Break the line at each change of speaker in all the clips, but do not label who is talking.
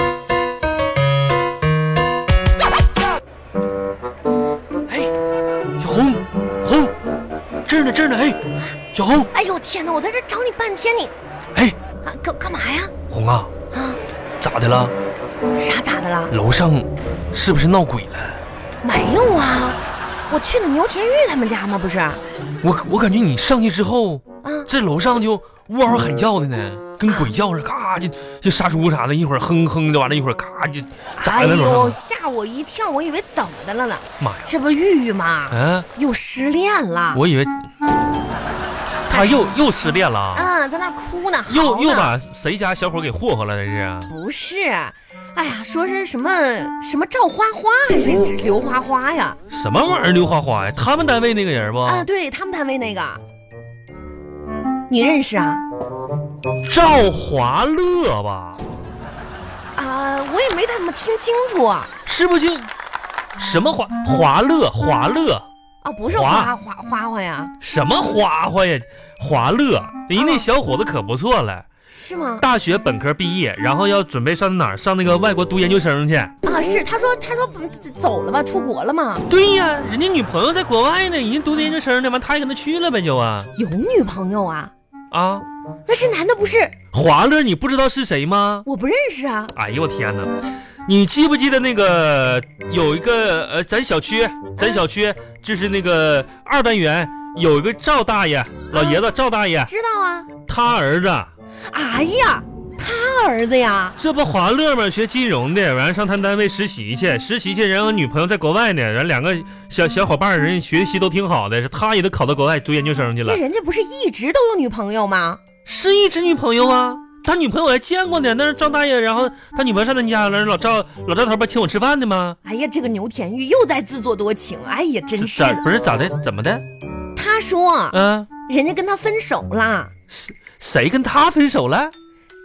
哎这儿呢，这儿呢，哎，小红，
哎呦天哪，我在这找你半天，你
哎，
啊干干嘛呀？
红啊，
啊，
咋的了？
啥咋的了？
楼上是不是闹鬼了？
没有啊，我去了牛田玉他们家吗？不是啊，
我我感觉你上去之后，这楼上就呜嗷喊叫的呢，跟鬼叫似的，咔就就杀猪啥的，一会儿哼哼的，完了，一会儿咔就咋
哎
的了楼
呦
上？
吓我一跳，我以为怎么的了呢？
妈呀！
这不玉玉吗？
嗯，
又失恋了，
我以为他又又失恋了，
哎啊在那哭呢，嚎
又
呢
又把谁家小伙给霍霍了，这是？
不是，哎呀，说是什么什么赵花花还是刘花花呀？
什么玩意儿？刘花花呀？他们单位那个人不？
啊，对他们单位那个，你认识啊？
赵华乐吧？
啊，我也没怎么听清楚啊，
是不是就什么华华乐华乐
啊不是
花
花花花花呀，
什么花花呀？华乐，人家那小伙子可不错了，
是吗？
大学本科毕业，然后要准备上哪儿？上那个外国读研究生去。
啊，是，他说他说嗯走了吧，出国了吗？
对呀，人家女朋友在国外呢，人家读研究生呢，完他也跟他去了呗，就啊
有女朋友啊？
啊！
那是男的不是？
华乐，你不知道是谁吗？
我不认识啊。
哎呦我天哪！你记不记得那个有一个呃，咱小区，咱小区就是那个二单元有一个赵大爷，老爷子赵大爷，
知道啊，
他儿子
哎呀，他儿子呀，
这不华乐吗？学金融的，完了上他单位实习去，实习去，然后女朋友在国外呢，然后两个小小伙伴儿人家学习都挺好的，他也都考到国外读研究生去了
那，人家不是一直都有女朋友吗？
是一直女朋友啊。他女朋友我还见过呢，那是赵大爷，然后他女朋友上他家了，老赵老赵头不请我吃饭的吗？
哎呀，这个牛田玉又在自作多情，哎呀，真是
咋
的。
不是咋的怎么的？
他说
嗯、
人家跟他分手了，
谁跟他分手了？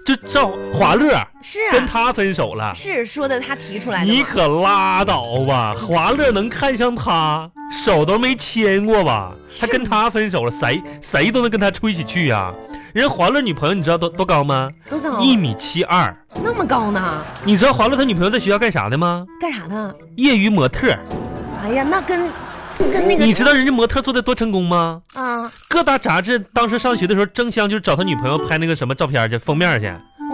就赵华乐
是啊
跟他分手了。
是啊说的他提出来的
你
吗？
可拉倒吧！华乐能看上他，手都没牵过吧？他跟他分手了，谁谁都能跟他处一起去呀、啊人家华乐女朋友你知道多多高吗？
多高啊？
一米七二。
那么高呢？
你知道华乐他女朋友在学校干啥的吗？
干啥呢？
业余模特。
哎呀，那跟跟那个
你知道人家模特做的多成功吗？
啊，
各大杂志当时上学的时候争相就是找他女朋友拍那个什么照片去封面去。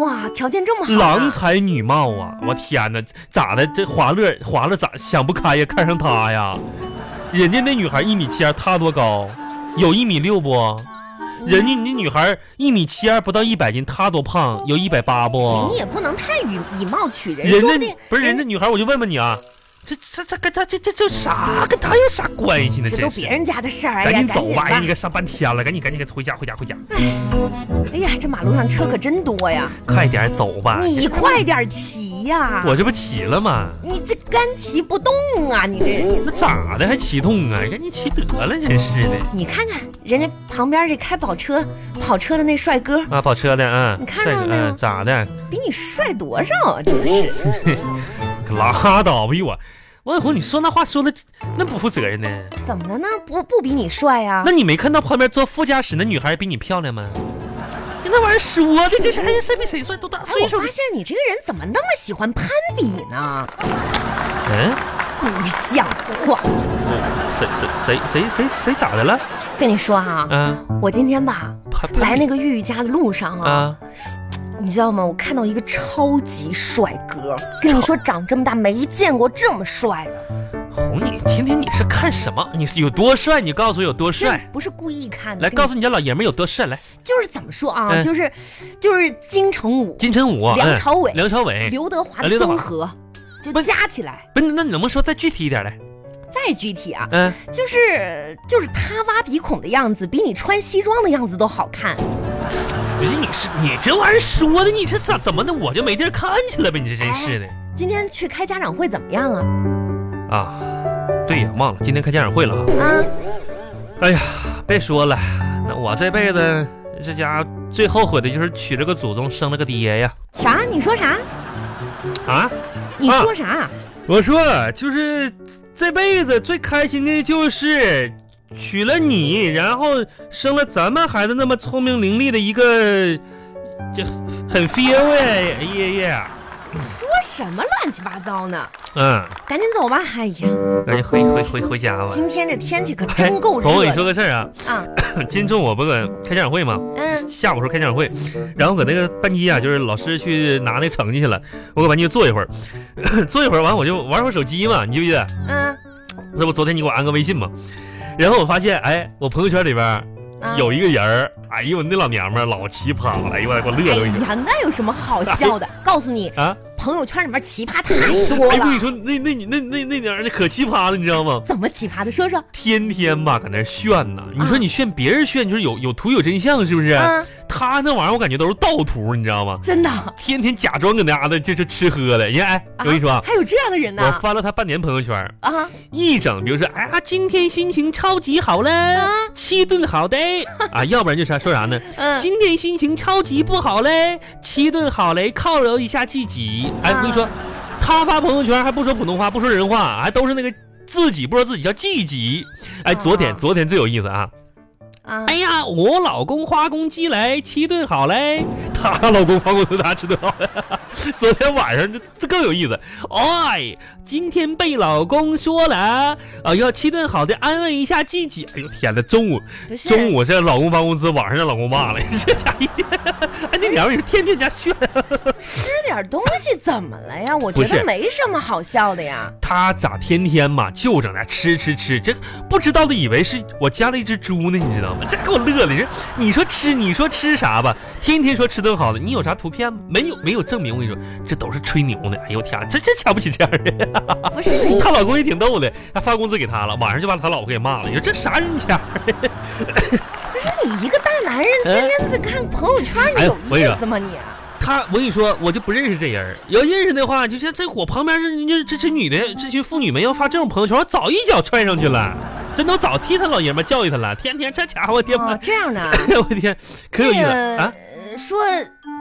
哇，条件这么好、啊，
郎才女貌啊！
嗯
我天哪，咋的？这华乐华乐咋想不开呀？看上他呀？人家那女孩一米七二，他多高？有一米六不？人家那女孩一米七二，不到一百斤，他多胖？有一百八
行，
不
你？也不能太以以貌取人，
人
说
家
不定
不是人家女孩，我就问问你啊，这这这跟他这这这啥跟他有啥关系呢？
哎这都
真
别
是。
人家的事儿，哎呀，
赶紧
赶
走吧！哎呀，你
吧
给上半天了，赶紧赶紧给回家回家回家，
哎呀，这马路上车可真多呀，
快点走吧！
你快点骑呀、
哎我这不骑了吗？
你这干骑不动啊，你这。
那咋的还骑痛啊？赶紧骑得了，真是的。
你看看人家旁边这开跑车跑车的那帅哥，
啊，跑车的，嗯，
你看到了没有
嗯咋的？
比你帅多少啊！真是，
哦可拉倒吧，比我，万红，你说那话说的那不负责任呢？
怎么了呢？不不比你帅啊呀、
那你没看到旁边坐副驾驶那女孩比你漂亮吗？你那玩意儿说的，这是哎谁比谁帅，都大
哎，
岁
我
数
发。现你这个人怎么那么喜欢攀比呢？
嗯，
哎不像话！
我嗯谁谁谁谁谁谁咋的了？
跟你说哈、啊，
啊，
我今天吧
攀攀
来
比
那个玉玉家的路上啊，
啊，
你知道吗？我看到一个超级帅哥，跟你说长这么大没见过这么帅的，
红，你天天你是看什么？你是有多帅？你告诉我有多
这
帅？
不是故意看的。
来
跟你
告诉你家老爷们儿有多帅？来，
就是怎么说啊，
嗯
就是就是金城武、
金城武，
梁
嗯
朝伟
梁朝伟，
刘德华
哎
的
刘德华
综合，就
不是
加起来。
不是，那你能不能说再具体一点来？
再具体啊，
嗯，
就是就是他挖鼻孔的样子，比你穿西装的样子都好看。
不是你是你这玩意儿说的，你这咋怎么的？我就没地儿看去了呗？你这真是的、
今天去开家长会怎么样啊？
啊！对呀，忘了今天开家长会了啊！
啊，
哎呀，别说了，那我这辈子这家伙最后悔的就是娶了个祖宗，生了个爹呀！
啥？你说啥？
啊，
你
啊
说啥？
我说就是这辈子最开心的就是娶了你，然后生了咱们孩子那么聪明伶俐的一个，就很 feel 哎，爷爷。
说什么乱七八糟呢？
嗯，
赶紧走吧！哎呀，
赶紧回回回回家吧。
今天这天气可
哎
真够
朋友我跟
热
你说个
的
事儿啊，
啊！
今中午我不搁开家长会嘛，
嗯，
下午时候开家长会，然后搁那个班级啊，就是老师去拿那成绩去了，我搁班级坐一会儿， 坐一会儿完我就玩会儿手机嘛，你记不记得？
嗯
这不昨天你给我安个微信嘛？然后我发现，哎，我朋友圈里边儿
啊，
有一个人儿，哎呦，那老娘们儿老奇葩了，哎呦，我给我乐的，
哎
我跟你说
呀，那有什么好 笑的？告诉你，
啊，
朋友圈里面奇葩太多
哎，我跟你
了，
说，那那那那那娘儿可奇葩了，你知道吗？
怎么奇葩的？说说。
天天吧搁那儿炫呢，你说你炫别人炫就是有有图有真相是不是？
啊，
他那玩意儿我感觉都是盗图，你知道吗？
真的。
天天假装搁那嘎达就是吃喝的，人家哎，我跟你说
啊
啊，
还有这样的人呢
我翻了他半年朋友圈，
啊！
一整比如说，哎呀，今天心情超级好嘞，七顿好 的啊，要不然就啥说啥呢？
嗯，
今天心情超级不好嘞，七顿好嘞，犒劳一下自己。哎，
嗯
我跟你说，他发朋友圈还不说普通话，不说人话，还都是那个自己不知道自己叫自己。哎，昨天
啊
昨天最有意思啊！
啊
哎呀，我老公花公鸡来，七顿好嘞。 她老公花公鸡，她吃顿好嘞。 昨天晚上这这更有意思，哎，今天被老公说了，啊，要七顿好的安慰一下自己。哎呦天呐，中午
不是
中午这老公发工资，晚上让老公骂了， 这家一天，哎，那娘们儿天天家炫，
吃点东西怎么了呀？我
不
觉
是
得没什么好笑的呀。
她咋天天嘛就整那吃吃吃，这不知道的以为是我家了一只猪呢，你知道吗？这给我乐的，这你说吃，你说吃啥吧？天天说吃顿好的，你有啥图片吗？没有，没有证明。我跟你说，这都是吹牛呢。哎呦天，这这瞧不起这样的人。
不是你，
她老公也挺逗的，还发工资给她了，晚上就把她老婆给骂了。你说这啥人家？
不是你一个大男人，天天在看朋友圈，
哎
你有
我也
意思吗你？啊
他，我跟你说，我就不认识这人儿。要认识的话，就像这我旁边是这这这女的，这群妇女们要发这种朋友圈，我早一脚踹上去了，真都早踢他老爷们儿教育他了。天天这家伙，我天妈
哦，，这样的啊。
我天， 可有意思
那个
啊！
呃说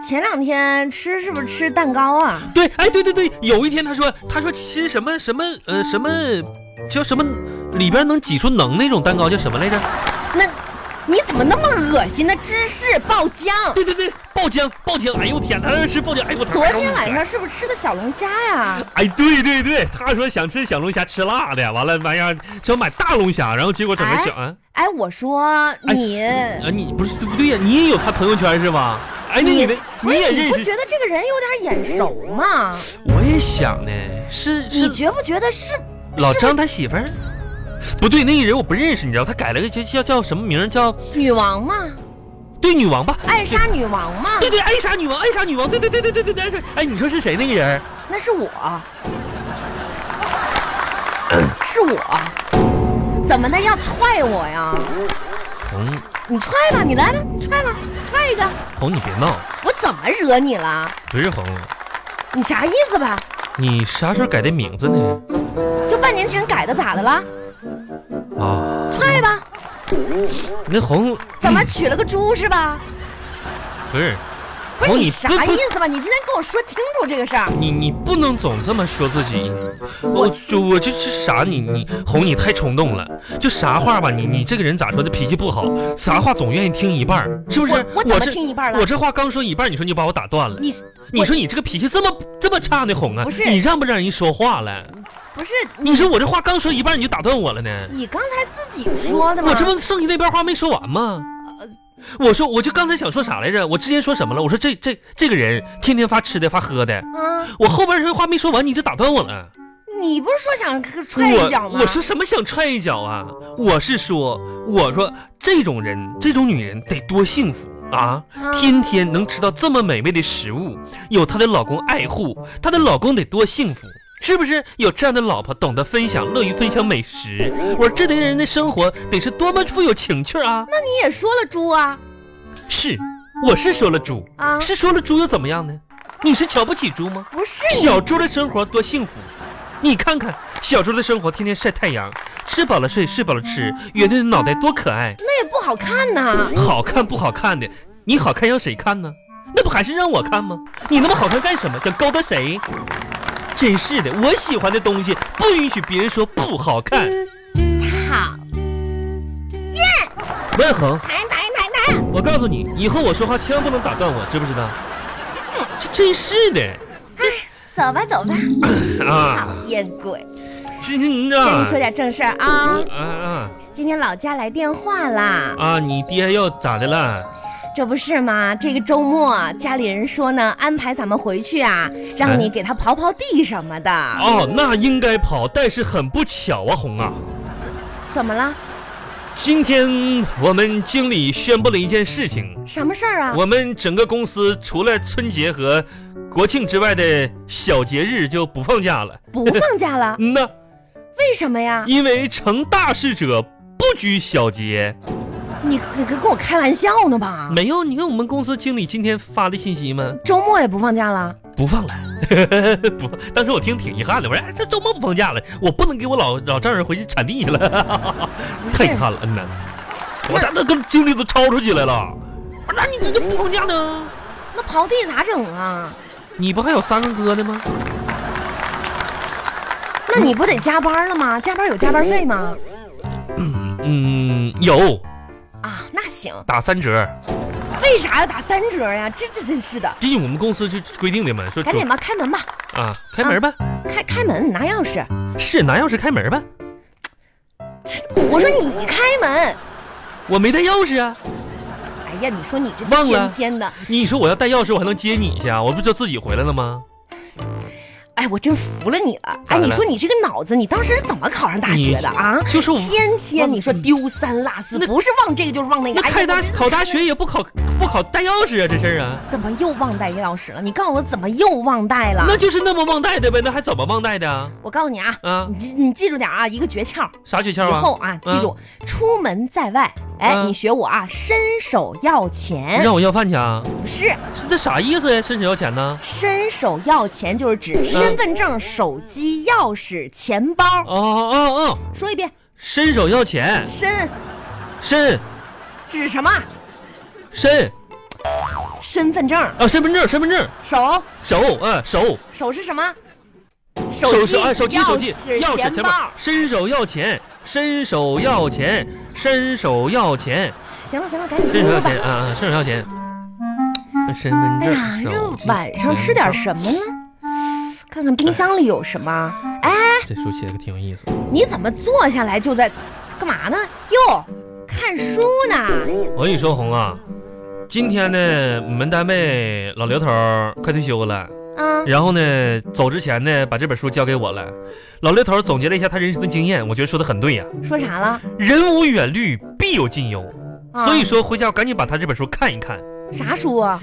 前两天吃是不是吃蛋糕啊？
对，哎，对对对，有一天他说他说吃什么什么呃什么叫什么里边能挤出能那种蛋糕叫什么来着？
那你怎么那么恶心呢？芝士爆浆，
对对对，爆浆爆浆！哎呦我天，他那吃爆浆！哎呦我
昨天晚上是不是吃的小龙虾 呀？
哎，对对对，他说想吃小龙虾，吃辣的，完了玩意儿想买大龙虾，然后结果整成小啊
哎，我说你，
啊，你不是对不对呀？你也有他朋友圈是吧？哎，那你的
不
你
是
也
你不
认识？
觉得这个人有点眼熟吗？
我也想呢，是
你
是
觉不觉得是
老张他媳妇儿？不对，那个人我不认识，你知道他改了个叫叫叫什么名儿？叫
女王吗？
对女王吧？
艾莎女王吗？
对对，艾莎女王，艾莎女王，对对对对对对对，艾莎哎，你说是谁那个人？
那是我，是我，怎么的要踹我呀？
红
你踹吧，你来吧，你踹吧，踹一个，
红，你别闹，
我怎么惹你了？
不是红，
你啥意思吧？
你啥时候改的名字呢？
就半年前改的，咋的了？
啊，
踹吧，
那红嗯
怎么娶了个猪是吧？
不是？
不是
红
你啥
不
意思吧？你今天跟我说清楚这个事儿。
你你不能总这么说自己，我就我就这啥你你哄你太冲动了，就啥话吧你你这个人咋说的脾气不好，啥话总愿意听一半儿，是不是？
我我怎么
这
听一半了
我这话刚说一半儿，你说你把我打断了，
你
你说你这个脾气这么这么差呢，哄啊？
不是嗯
你让不让人说话了？
不是
你说我这话刚说一半儿你就打断我了呢？
你刚才自己说的吗？
我这不剩下那边话没说完吗？
呃
我说我就刚才想说啥来着？我之前说什么了？我说这这这个人天天发吃的发喝的，
啊，
我后边这话没说完你就打断我了。
你不是说想踹一脚吗？
我。我说什么想踹一脚啊？我是说，我说这种人，这种女人得多幸福啊！
啊
天天能吃到这么美味的食物，有她的老公爱护，她的老公得多幸福。是不是有这样的老婆懂得分享，乐于分享美食？我说这类人的生活得是多么富有情趣啊！
那你也说了猪啊
是，我是说了猪，
啊，
是说了猪又怎么样呢？你是瞧不起猪吗？
不是你
小猪的生活多幸福，你看看小猪的生活，天天晒太阳，吃饱了睡，睡饱了吃，圆圆的脑袋多可爱，
那也不好看呐。
好看不好看的，你好看让谁看呢？那不还是让我看吗？你那么好看干什么？想勾搭谁？真是的，我喜欢的东西不允许别人说不好看。
好，
万恒，
谈谈谈谈，
我告诉你，以后我说话千万不能打断我，知不知道？这真是的，
走吧走吧，讨
啊，
厌鬼！
这你
跟
啊
你说点正事儿啊，
啊啊
今天老家来电话啦。
啊！你爹要咋的了？
这不是吗？这个周末家里人说呢，安排咱们回去啊，让你给他刨刨地什么的。
哎哦，那应该跑，但是很不巧啊，红啊，
怎么了？
今天我们经理宣布了一件事情，
什么事儿啊？
我们整个公司除了春节和国庆之外的小节日就不放假了。
不放 假了？
嗯呐，
为什么呀？
因为成大事者不拘小节。
你你跟我开玩笑呢吧？
没有，你看我们公司经理今天发的信息吗？
周末也不放假了？
不放了， 不，当时我听挺遗憾的，我说哎，这周末不放假了，我不能给我老老丈人回去铲地去了， 太遗憾了，嗯呐，我咋都跟经理都超出去来了？我说那你这不放假呢？
那刨地咋整啊？
你不还有三个哥呢吗？
那你不得加班了吗？加班有加班费吗？
嗯，有
啊，那行，
打三折，
为啥要打三折呀？这这真是的，
这是我们公司就规定的嘛，说
赶紧
准
吧，开门吧，
啊，开门吧，
开开门拿钥匙。
是拿钥匙开门吧，
我说你开门，
我没带钥匙啊，
哎呀，你说你这
忘了
天天的。
你说我要带钥匙，我还能接你一下，我不就自己回来了吗？
哎，我真服了你了！
咋的
哎，
了
你说你这个脑子，你当时是怎么考上大学的啊？
就是我
天天
我
你说丢三落四，
那
不是忘这个就是忘那个。
那
哎呀
开大
我真的
考大
看
学也不考不考带钥匙啊，这事儿啊。
着怎么又忘带钥匙了？你告诉我怎么又忘带了？
那就是那么忘带的呗，那还怎么忘带的啊？
我告诉你啊，
啊
你记你记住点啊，一个诀窍，
啥诀窍
以
啊？
后啊，记住，出门在外，哎，
嗯
你学我啊，伸手要
你
钱，
让我要饭去啊？
不是
是那啥意思呀？伸手要钱呢？
伸手要钱，就是
嗯
指身份证、手机、钥匙、钱包。
哦哦哦，
说一遍，
伸手要钱，
伸
伸
指什么？
伸
身份证、
啊，身份证，身份证，
手。
手啊手，
手是什么？
手啊手机手机，钥匙
钱
钱包，伸手要钱，伸手要钱，伸手要钱，
行了行了，赶紧进
伸手
屋
要
吧
钱。啊啊，伸手要钱。身份
哎呀
证，，手
这
机
晚上吃点
钱
什么呢？看看冰箱里有什么。哎，
包这书写的挺有意思。
你怎么坐下来就在干嘛呢？哟，看书呢。
我跟你说，红啊，今天呢，我们单位老刘头儿快退休了，
啊，
然后呢，走之前呢，把这本书交给我了。老刘头儿总结了一下他人生的经验，我觉得说的很对呀、
说啥了？
人无远虑，必有近忧。
啊、
所以说，回家赶紧把他这本书看一看。
啥书啊？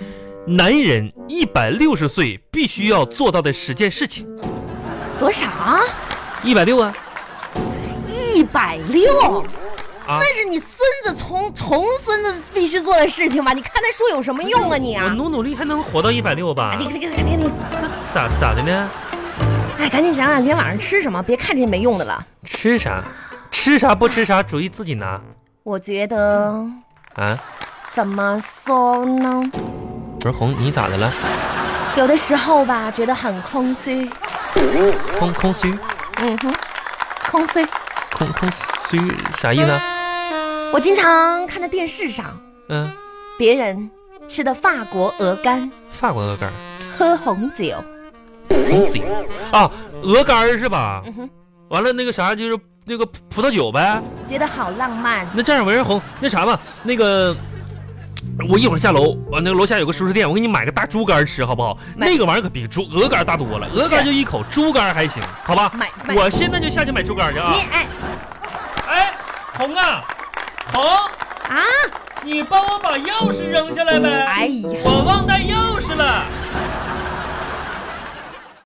男人一百六十岁必须要做到的十件事情，
多少？
一百六啊
一百六。
啊！
那是你孙子从重孙子必须做的事情吧？你看那书有什么用啊你
我
啊！
努努力还能活到一百六吧
哎？这个这个这个这个，
咋咋的呢？
哎，赶紧想想今天晚上吃什么，别看这些没用的了。
吃啥？吃啥不吃啥，主意自己拿
我觉得
啊！
怎么说呢？
不是红，你咋的了？
有的时候吧，觉得很空虚。
空空虚，
嗯哼，空虚。
空空虚啥意思？啊？
我经常看到电视上
嗯、
别人吃的法国鹅肝，
法国鹅肝儿，
喝红酒。
红嘴啊，鹅肝儿是吧？
嗯哼，
完了那个啥就是那个葡葡萄酒呗。
觉得好浪漫。
那这样围着红那啥吧，那个我一会儿下楼，啊完那个楼下有个熟食店，我给你买个大猪肝儿吃好不好？
买
那个玩意儿可比猪鹅肝儿大多了，鹅肝儿就一口，猪肝儿还行，好吧？
买买
我现在就下去买猪肝儿去啊
你！哎
哎，红啊，红，
啊！
你帮我把钥匙扔下来呗！
哎呀，
我忘带钥匙了。